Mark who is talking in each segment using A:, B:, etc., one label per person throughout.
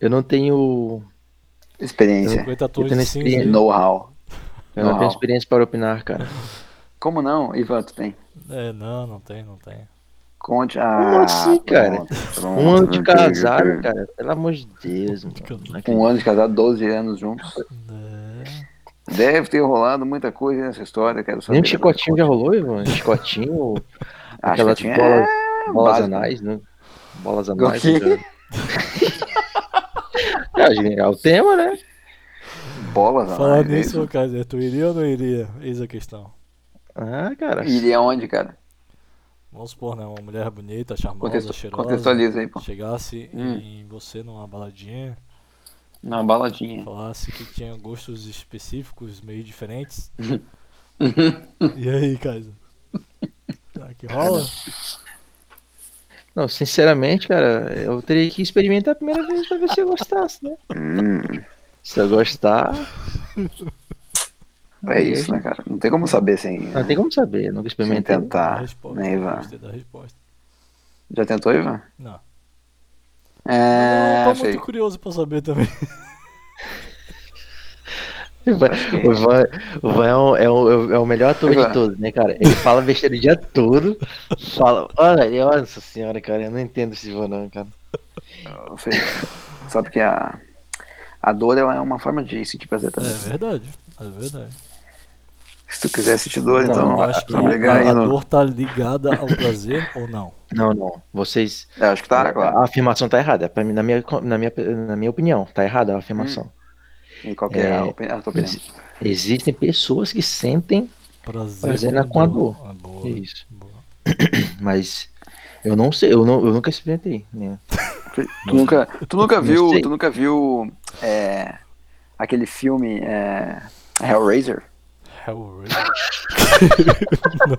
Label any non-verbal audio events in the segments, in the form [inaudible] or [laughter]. A: Eu não tenho.
B: Experiência.
C: 50 tons
A: tenho
C: de
A: experiência.
C: cinza.
B: Know-how.
A: Eu não
B: Não.
A: tenho experiência para opinar, cara.
B: Como não, Ivan, tu tem?
C: É, não, não tem, não tem.
B: Conte a.
A: Como assim, cara? Um ano de casado,
B: cara.
A: cara. Pelo amor de Deus, mano. Não acredito.
B: Um ano de casado, 12 anos juntos. Deve ter rolado muita coisa nessa história, quero saber.
A: Nem um chicotinho já rolou, Ivan. Um
B: [laughs]
A: Chicotinho,
B: Ah,
A: aquelas
B: chicotinho
A: bolas, bolas
B: é, básico.
A: anais, né? Bolas
B: O
A: anais.
B: quê?
A: né? É, acho que é o tema, né?
B: Bolas, não.
C: Falar
B: é
C: nisso,
B: isso?
C: cara, tu iria ou não iria? Eis a questão.
A: Ah, cara.
B: Iria é onde, cara?
C: Vamos supor, né? Uma mulher bonita, charmosa,
B: Contextu-
C: cheirosa.
B: Contextualiza aí, pô.
C: Chegasse
B: Hum.
C: em você numa baladinha,
B: Uma baladinha.
C: falasse que tinha gostos específicos,
B: [laughs]
C: meio diferentes. e aí, cara? Será que rola?
A: Não, sinceramente, cara, eu teria que experimentar a primeira vez pra ver se eu gostasse, né?
B: Hum,
A: Se eu gostar,
B: é isso, né, cara? Não tem como saber sem,
A: não tem como saber, nunca
B: sem
A: experimentei.
C: A
B: tentar,
C: Ah, resposta.
B: né, Ivan?
C: Gostei da resposta.
B: Já tentou, Ivan?
C: Não.
B: É,
C: eu tô
B: achei.
C: tá muito curioso pra saber também.
A: O Ivan, o Ivan, o Ivan é, o, é, o, é o melhor ator
B: Ivan.
A: de todos, né, cara? Ele fala besteira o dia todo. Fala, olha, nossa senhora, cara, eu não entendo esse Ivan, não, cara.
B: Ou seja, Sabe que a, a dor ela é uma forma de sentir prazer também.
C: É verdade. É verdade.
B: Se tu quiser sentir dor,
A: Não,
B: então
C: eu
B: vai
C: acho que
B: ligar aí
C: a, a
B: no.
C: dor tá ligada ao prazer ou não?
A: Não, não, vocês.
B: É, acho que tá, claro.
A: A afirmação tá errada, pra mim, na, minha, na, minha, na minha opinião, tá errada a afirmação.
B: Em qualquer
A: É,
B: a opini- a tua opinião.
A: exi- Existem pessoas que sentem
C: Prazer,
A: Prazer
B: é
A: na- com a
C: Ah, boa.
A: isso.
C: boa.
A: [coughs] Mas eu não sei, eu, não, eu nunca experimentei. Né?
B: Tu nunca, tu nunca viu,
A: sei.
B: tu nunca viu é, aquele filme é, Hellraiser?
C: Hellraiser. [laughs]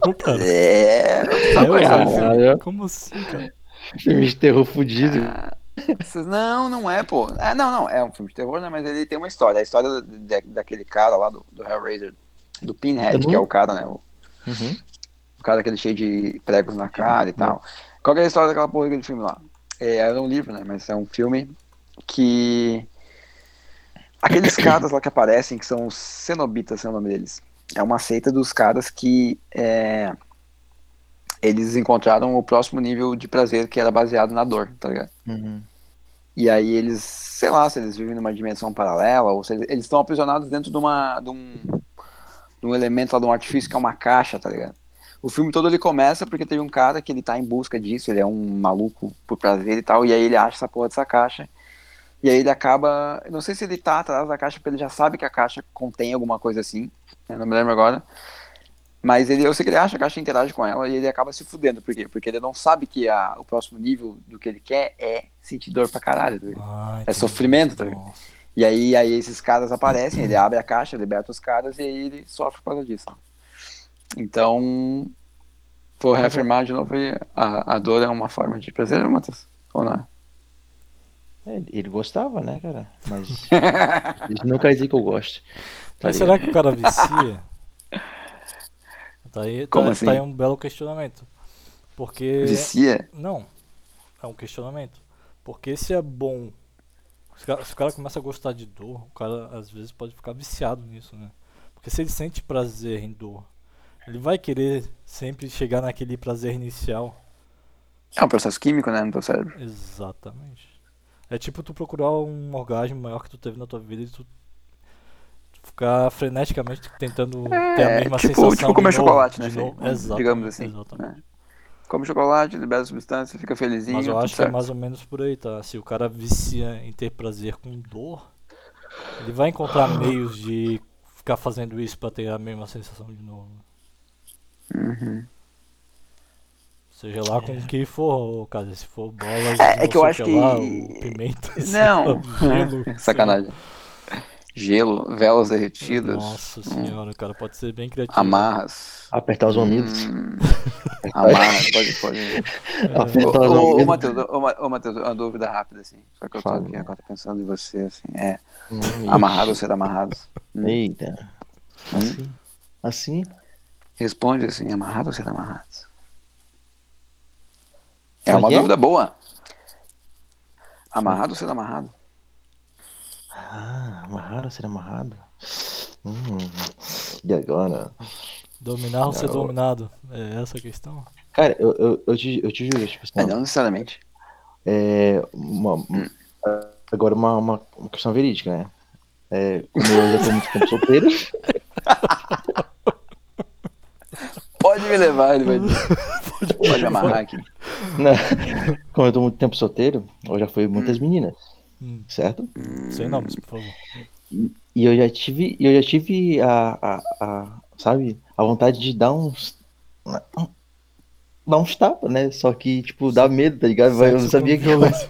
C: não, cara.
B: É, sabe qual é?
A: Caralho.
C: Hellraiser? Como assim, cara?
A: Filme de terror fudido.
B: Vocês- Não, não é, pô. Ah, não, não, é um filme de terror, né? Mas ele tem uma história. A história da- daquele cara lá do, do Hellraiser, do Pinhead,
A: Eu não-
B: que é o cara, né? O,
A: Uhum.
B: o cara aquele cheio de pregos na cara e tal. Qual que é a história daquela porra daquele filme lá? É, era um livro, né? Mas é um filme que. Aqueles caras lá que aparecem, que são os cenobitas, é o nome deles. É uma seita dos caras que. é, Eles encontraram o próximo nível de prazer que era baseado na dor, tá ligado?
A: Uhum.
B: E aí eles, sei lá, se eles vivem numa dimensão paralela, ou se eles eles estão aprisionados dentro de uma. de um, de um elemento lá, de um artifício que é uma caixa, tá ligado? O filme todo ele começa porque tem um cara que ele tá em busca disso, ele é um maluco por prazer e tal, e aí ele acha essa porra dessa caixa. E aí ele acaba. eu Não sei se ele tá atrás da caixa, porque ele já sabe que a caixa contém alguma coisa assim, né, não me lembro agora. Mas ele, eu sei que ele acha a caixa interage com ela e ele acaba se fudendo. Por quê? Porque ele não sabe que a- o próximo nível do que ele quer é sentir dor pra caralho. tá ligado?
C: Ah,
B: É
C: entendi.
B: sofrimento, tá ligado?
C: Nossa.
B: E aí, aí esses caras aparecem, ele abre a caixa, liberta os caras e aí ele sofre por causa disso. Então, vou reafirmar de novo, aí, a, a dor é uma forma de prazer, Matheus? Ou não?
A: É, Ele gostava, né, cara? Mas isso não quer dizer que eu gosto. Tá
C: Mas
A: ligado?
C: será que o cara
B: [laughs]
C: vicia? tá aí, tá,
B: Como
C: tá
B: assim?
C: aí um belo questionamento. Porque.
B: Vicia?
C: Não. É um questionamento. Porque se é bom. Se o cara, se o cara começa a gostar de dor, o cara às vezes pode ficar viciado nisso, né? Porque se ele sente prazer em dor, ele vai querer sempre chegar naquele prazer inicial.
B: É um processo químico, né, no teu cérebro.
C: Exatamente. É tipo tu procurar um orgasmo maior que tu teve na tua vida e tu tu ficar freneticamente tentando ter a
B: É,
C: mesma
B: tipo-
C: sensação.
B: tipo comer
C: de novo,
B: chocolate, né,
C: de novo.
B: assim,
C: Exatamente,
B: digamos assim,
C: Exatamente.
B: Come chocolate, libera substância, fica felizinho.
C: Mas eu
B: tudo
C: acho que é
B: tá certo.
C: mais ou menos por aí, tá? Se o cara vicia em ter prazer com dor, ele vai encontrar meios de ficar fazendo isso pra ter a mesma sensação de novo.
B: Uhum.
C: Seja lá com o que for, cara, se for bolas,
B: É- é
C: não
B: que eu
C: sei
B: acho
C: o
B: que-
C: lá, o pimenta, [laughs] sei lá,
B: [laughs] Não.
C: gelo, sei
B: [laughs]
C: lá.
B: Sacanagem. Gelo, velas derretidas,
C: Nossa senhora, o cara pode ser bem criativo.
B: amarras.
A: Apertar os ouvidos.
B: Hum, amarras, pode, pode.
A: Apertar os
C: um
B: É. Ô, ô, ô,
A: ouvidos.
B: Matheus, ô, Ma- ô, Matheus, uma dúvida rápida, assim. Só que eu tô
A: Fala.
B: aqui agora pensando em você, assim. É,
A: Hum,
B: amarrado ou ser amarrado?
A: Eita.
B: Hum?
A: Assim. Assim?
B: Responde assim, amarrado ou ser amarrado? É
A: Como
B: uma
A: é que é?
B: dúvida boa. Amarrado ou ser amarrado?
A: Ah, amarrado, ser amarrado. Hum, e agora?
C: Dominar ou ser
A: Não.
C: dominado? É essa a questão?
A: Cara, eu, eu, eu, te, eu te juro, tipo assim,
B: É, não Hum. necessariamente.
A: é, uma, agora uma, uma uma questão verídica, né? É, como eu já tô muito tempo solteiro, [laughs]
B: Pode me levar, ele vai dizer.
C: [laughs]
B: Pode me amarrar aqui.
A: né? como eu tô muito tempo solteiro, eu já fui muitas meninas,
C: Hum.
A: certo?
C: Sem nomes, por favor.
A: E eu já tive, e eu já tive a, a, a- sabe, a vontade de dar uns, dar uns tapas, né? Só que, tipo, dá medo, tá ligado? Mas Eu não
C: Sexo
A: sabia
C: com
A: que
C: violência.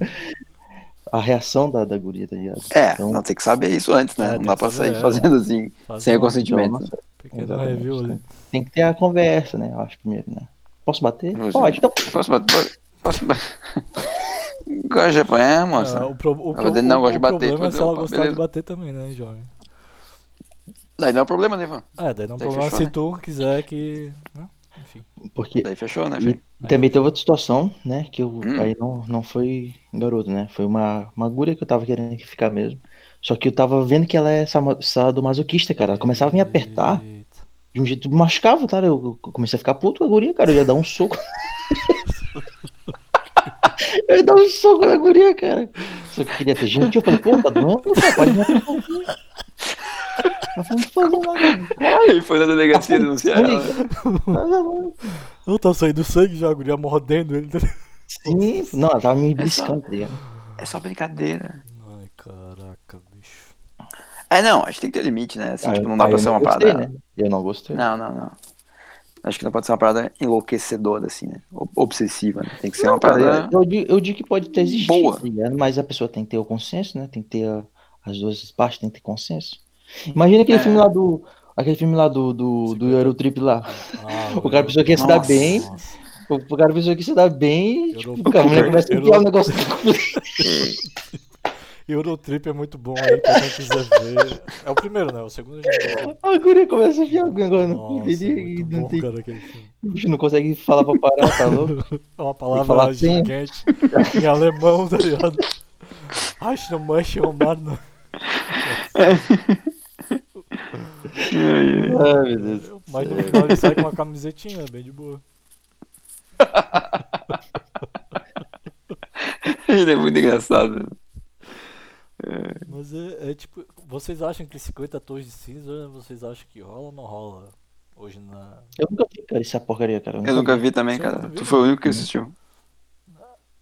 A: [laughs] a reação da, da guria, tá ligado?
B: É,
A: Então-
B: não tem que saber isso antes,
C: É,
B: né? não
C: tem
B: dá
C: que
B: pra
C: saber,
B: sair
C: é.
B: fazendo assim,
C: Fazer
B: sem o
C: um
B: consentimento.
A: Então,
C: Pequeno
A: Exatamente.
C: review ali.
A: Tem que ter a conversa, né? Eu acho primeiro, né? Posso bater?
B: Vamos
A: Pode,
B: ver.
A: então.
B: Posso bater? Posso [laughs] é bater? Gosta de apanhar, moça?
C: Ah, o pro, o,
B: Ela
C: pro-
B: não
C: o-
B: gosta de
C: o
B: bater,
C: problema é
B: mas
C: se ela
B: opa,
C: gostar de
B: beleza.
C: bater também, né, jovem?
B: Daí não é problema, né, Ivan?
C: Ah, daí não é um
B: Daí
C: problema
B: fechou,
C: se
B: né?
C: tu quiser que. né? Enfim.
A: Porque
B: Daí fechou, né, filho?
A: e também teve outra situação, né? Que eu
B: Hum.
A: aí não, não foi garoto, né? Foi uma, uma guria que eu tava querendo ficar mesmo. Só que eu tava vendo que ela é sama- sadomasoquista, cara. Ela começava a me apertar
C: Eita.
A: de um jeito que machucava, cara. Eu eu comecei a ficar puto com a guria, cara. Eu ia dar um soco. [laughs] eu ia dar um soco na guria, cara. Só que eu queria ter gente. Eu falei, pô, tá doendo? cara, Pode me apertar um pouquinho. Ela falou, não faz nada, né? Tá cara.
B: [laughs] Ele foi na delegacia denunciar ela.
C: Não tá saindo sangue já, a guria mordendo ele. tá
A: Sim, não, ela tava me beliscando, tá ligado?
B: É só brincadeira.
C: Ai, caraca, bicho.
B: É, não, acho que tem que ter limite, né? Assim,
A: Ah,
B: tipo, não dá
A: aí
B: pra
A: eu
B: ser
A: não
B: uma
A: gostei,
B: parada.
A: né? Eu não gostei.
B: Não, não, não. Acho que não pode ser uma parada enlouquecedora, assim, né? Ob- Obsessiva, né? Tem que ser
A: Não,
B: uma
A: cara,
B: parada.
A: eu, digo, eu digo que pode ter existido,
B: Boa.
A: tá ligado? mas a pessoa tem que ter o consenso, né? Tem que ter a- as duas partes, tem que ter consenso. Imagina aquele
B: É.
A: filme lá do. Aquele filme lá do, do, do
C: é
A: Eurotrip lá.
C: Ah,
A: [laughs] O cara pensou que ia se dar
B: Nossa.
A: bem. O o cara pensou que ia se dar bem.
C: Eu
A: Tipo,
C: não-
A: cara, a mulher
C: eu-
A: começa a
C: eu
A: enfiar
C: não-
A: um negócio.
C: Eurotrip é muito bom aí pra quem quiser ver. É o primeiro, né? O segundo já é bom.
A: [laughs] A guria começa a enfiar um negócio. no
C: Nossa,
A: cu,
C: é
A: e
C: muito
A: Não,
C: bom,
A: tem,
C: cara, aquele filme.
A: não consegue falar pra parar, tá louco?
B: [laughs]
C: É
A: Tem
C: uma
A: que falar
C: palavra
A: assim.
C: gigante em alemão, tá ligado? Acho não manche romano.
A: Ai, meu Deus.
C: Mas no final ele sai [laughs] com uma camisetinha, bem de boa.
B: [laughs] Ele é muito engraçado.
C: Mas é, é tipo, vocês acham que 50 tons de cinza, vocês acham que rola ou não rola? Hoje na.
A: Eu nunca vi, cara, essa porcaria, cara.
B: Eu nunca vi também,
C: Você nunca
B: cara.
C: viu?
B: Tu foi o único que assistiu.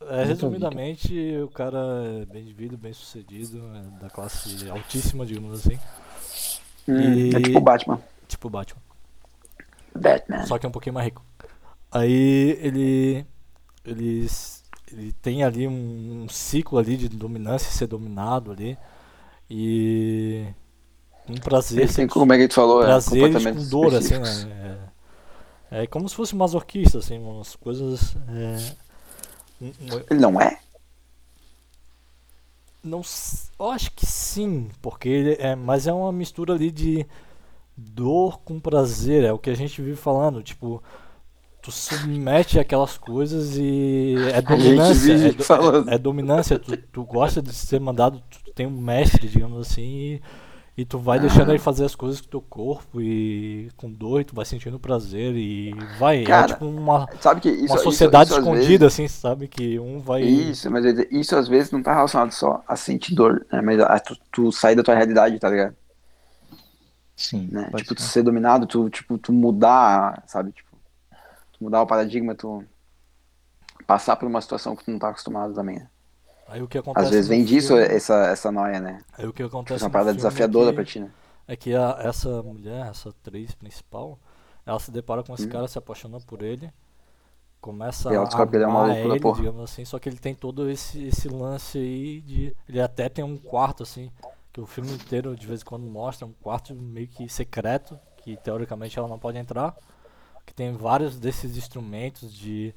C: É, resumidamente, o cara é bem de vida, bem sucedido, é da classe altíssima, digamos assim.
B: Hum,
C: E-
B: É tipo o Batman.
C: Tipo o Batman.
B: Batman.
C: Só que é um pouquinho mais rico. Aí ele. Ele, s- ele tem ali um, um ciclo ali de dominância, ser dominado ali. E. Um prazer
B: Assim,
C: sexual.
B: como é que tu falou? É,
C: prazeres com
B: comportamentos
C: dor, assim,
B: específicos.
C: né? É, é como se fosse masoquista, assim, umas coisas. é, um- um-
B: Ele não é?
C: não, s- eu acho que sim, porque ele é, mas é uma mistura ali de dor com prazer, é o que a gente vive falando, tipo, tu submete aquelas coisas e é
B: A gente
C: dominância, é,
B: vive
C: do-
B: falando.
C: é dominância, tu, tu gosta de ser mandado, tu tem um mestre, digamos assim, e, e tu vai deixando ele fazer as coisas com teu corpo e com dor, e tu vai sentindo prazer e vai, é
B: Cara,
C: tipo uma,
B: Sabe que isso
C: uma
B: isso-
C: sociedade
B: isso às
C: escondida, assim, sabe, que um vai...
B: Isso, mas eu ia dizer, isso às vezes não tá relacionado só a sentir dor, né? Mas a, tu, tu sair da tua realidade, tá ligado?
A: Sim,
B: Né?
A: pode
B: Tipo, tu
A: ser.
B: ser dominado, tu, tipo, tu mudar, sabe? Tipo, tu mudar o paradigma, tu passar por uma situação que tu não tá acostumado também. né?
C: Aí o que acontece
B: Às vezes
C: no
B: vem disso
C: filme-
B: essa, essa noia, né?
C: Aí o que acontece
B: Essa é uma
C: no
B: parada
C: filme
B: desafiadora
C: é que,
B: pra ti, né?
C: É que a- essa mulher, essa atriz principal, ela se depara com esse cara, se apaixona por ele, começa
B: E ela
C: a
B: descobre que ele Hum. é um
C: amar
B: maluco da
C: ele,
B: porra.
C: digamos assim, só que ele tem todo esse, esse lance aí de. Ele até tem um quarto, assim, que o filme inteiro de vez em quando mostra, um quarto meio que secreto, que teoricamente ela não pode entrar, que tem vários desses instrumentos de.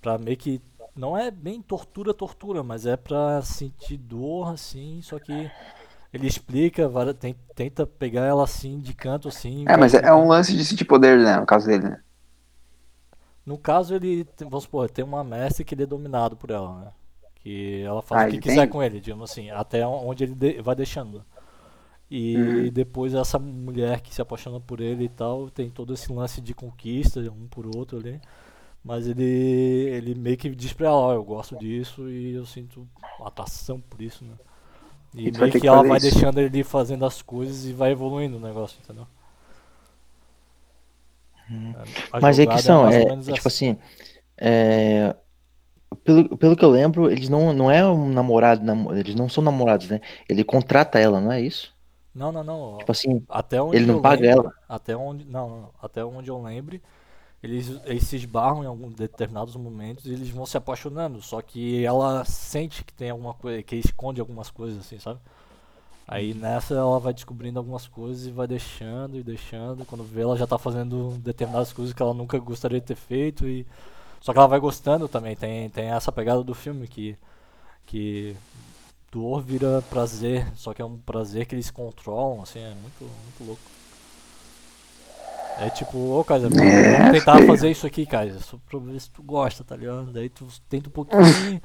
C: pra meio que. Não é bem tortura, tortura, mas é pra sentir dor, assim, só que. Ele explica, vara- ten- tenta pegar ela assim de canto, assim.
B: É, mas é,
C: vai-
B: é um lance de sentir poder, né? No caso dele, né?
C: No caso, ele, tem- vamos supor, tem uma mestre que ele é dominado por ela, né? Que ela
B: Ah,
C: faz o que
B: ele
C: quiser
B: tem?
C: com ele, digamos assim, até onde ele de- vai deixando. E,
B: Uhum.
C: depois essa mulher que se apaixona por ele e tal, tem todo esse lance de conquista, um por outro ali. Mas ele, ele meio que diz pra ela, ó, eu gosto disso e eu sinto atração por isso, né? E,
B: E tu vai
C: meio
B: ter
C: que,
B: que
C: ela
B: fazer
C: vai
B: isso.
C: deixando ele fazendo as coisas e vai evoluindo o negócio, entendeu? A
A: Mas é
C: jogada
A: que são,
C: mais
A: é,
C: ou menos
A: é tipo assim, é, pelo, pelo que eu lembro, eles não, não é um namorado, namo- eles não são namorados, né? Ele contrata ela, não é isso?
C: Não, não, não.
A: Tipo assim,
C: Até onde
A: ele
C: eu
A: não paga
C: lembro,
A: ela.
C: Até onde, não, não, não. até onde eu lembre, eles, eles se esbarram em alguns determinados momentos e eles vão se apaixonando. Só que ela sente que tem alguma coisa, que esconde algumas coisas assim, sabe? Aí nessa ela vai descobrindo algumas coisas e vai deixando e deixando. Quando vê, ela já tá fazendo determinadas coisas que ela nunca gostaria de ter feito. E... Só que ela vai gostando também. Tem, tem essa pegada do filme que, que dor vira prazer. Só que é um prazer que eles controlam, assim. É muito, muito louco. É tipo, ô Kaiser, vamos
B: É,
C: vamos tentar
B: feio.
C: fazer isso aqui, Kaiser. Só pra ver se tu gosta, tá ligado? Daí tu tenta um pouquinho.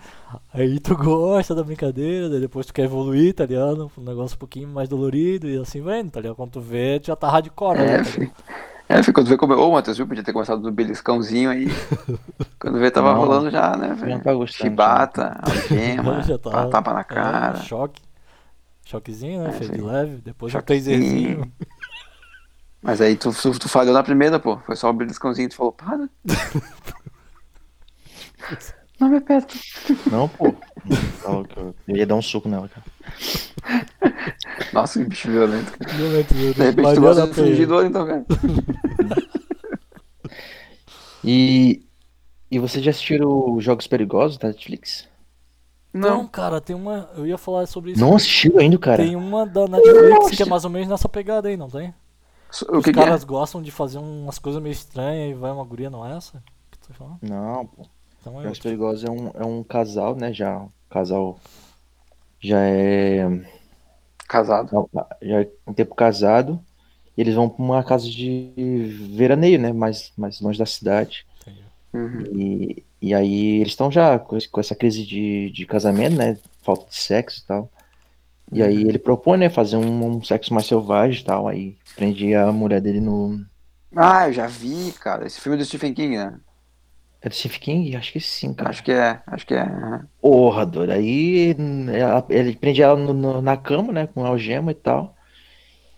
C: Aí tu [laughs] gosta da brincadeira, daí depois tu quer evoluir, tá ligado? Um negócio um pouquinho mais dolorido e assim vai indo, tá ligado? Quando tu vê, tu já tá hardcore, né?
B: É,
C: tá
B: fi.
C: ligado?
B: É, fi, quando vê como. Ô, Matheus, viu? Podia ter começado no beliscãozinho aí. Quando vê, tava
A: Não,
B: rolando já, né,
A: não
B: velho?
A: tá gostando.
B: Chibata,
C: [laughs]
B: algema,
C: Já tá-
B: tapa na
C: é,
B: cara.
C: choque. Choquezinho, né?
B: É,
C: Feio de
B: sim.
C: leve, depois um
B: Choquezinho.
C: taserzinho.
B: Mas aí tu, tu, tu falhou na primeira, pô. Foi só o beliscãozinho, tu falou, para. Não me aperta.
A: Não,
C: [laughs]
A: pô. Tá louco, eu- Eu ia dar um soco nela, cara.
B: Nossa, que bicho violento. cara.
C: Violento, violento.
B: De repente tu
C: Mariana
B: gosta de
C: Pereira.
B: fingidor, então, cara.
A: E, e vocês já assistiram os Jogos Perigosos da Netflix?
B: Não.
C: Não, cara, tem uma. Eu ia falar sobre isso.
A: Não assistiu ainda, cara?
C: Tem um uma da Netflix que é mais ou menos nessa pegada aí, não tem?
B: O
C: Os
B: que, que é?
C: caras gostam de fazer umas coisas meio estranhas e vai uma guria, não é essa? Que tu tá falando?
A: Não, pô.
C: Então é
A: Jogos
C: outra.
A: Perigosos é um, é um casal, né? Já um casal já é,
B: Casado.
A: já é um tempo casado. E eles vão pra uma casa de veraneio, né? Mais, mais longe da cidade.
C: Entendi.
B: Uhum.
A: E, e aí eles estão já com, esse- com essa crise de, de casamento, né? Falta de sexo e tal. E aí ele propõe, né? Fazer um, um sexo mais selvagem e tal. Aí prende a mulher dele no.
B: Ah, eu já vi, cara. Esse filme do Stephen King, né?
A: É do Stephen King? Acho que sim, cara.
B: Acho que é. Acho que é. aham.
A: Porra, doido. Aí ela- ele prendia ela no- no- na cama, né? Com algema e tal.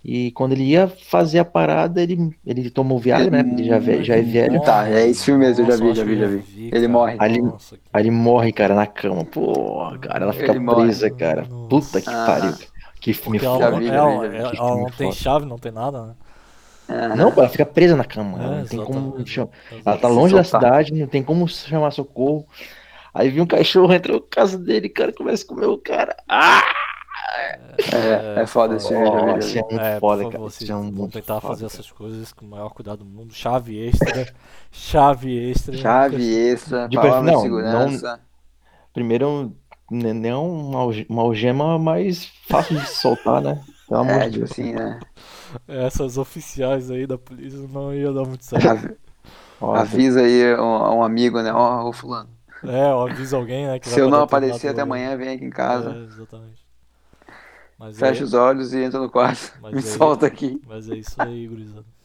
A: E quando ele ia fazer a parada, ele, ele tomou o Viagra, né? Porque ele já, ve- já é velho.
B: Tá, é esse filme mesmo, eu já vi,
C: Nossa,
B: já vi,
C: acho que
B: já
C: eu
B: vi. Ele morre.
A: Ali-
C: Nossa, que-
A: Aí ele morre, cara, na cama. Porra, cara, ela fica
B: Ele morre.
A: presa, cara. Puta que
B: Ah.
A: pariu. Que filme
C: Porque ela,
A: foda.
B: vi, já
C: ela-
B: vi, já vi.
C: ela-
A: Que
C: ela
A: filme
C: não tem
A: foda.
C: chave, não tem nada, né?
B: Aham.
A: Não, pô, ela fica presa na cama. ela
C: É,
A: não tem como
C: exatamente,
A: chamar.
C: exatamente.
A: Ela tá
B: Se
A: longe da
B: soltar.
A: cidade, não tem como chamar socorro. Aí viu um cachorro, entrou no caso dele, cara, começa a comer o cara. Ah!
B: É, é foda esse filme, já vi, já
A: Nossa,
B: vi.
A: é muito foda,
C: É, por
A: cara.
C: favor,
A: Isso
C: vocês
A: é um
C: vão
A: muito
C: tentar
A: foda,
C: fazer essas coisas com o maior cuidado do mundo. Chave
A: [laughs]
C: extra, chave extra.
B: Chave extra,
A: De
B: palavra
A: perfil,
B: de
A: Tipo, não,
B: segurança.
A: Primeiro, né, não uma, alge- uma algema mais fácil de soltar, né? Pelo amor
B: [laughs] É,
A: de
B: tipo
A: Deus.
B: assim, né?
C: Essas oficiais aí da polícia não ia dar
A: [laughs]
C: muito certo.
B: Av-
A: Ó,
B: né? Avisa aí um, um amigo, né? Ó, ô fulano.
C: É, ó, avisa alguém, né? Que
B: Se
C: vai
B: eu não
C: pra determinado
B: aparecer até amanhã, vem aqui em
C: lugar.
B: casa.
C: É, exatamente. Mas é,
B: Fecha os olhos e entra no quarto. [laughs]
C: Mas
B: Me
C: aí-
B: solta aqui.
C: mas é isso aí, gurizada.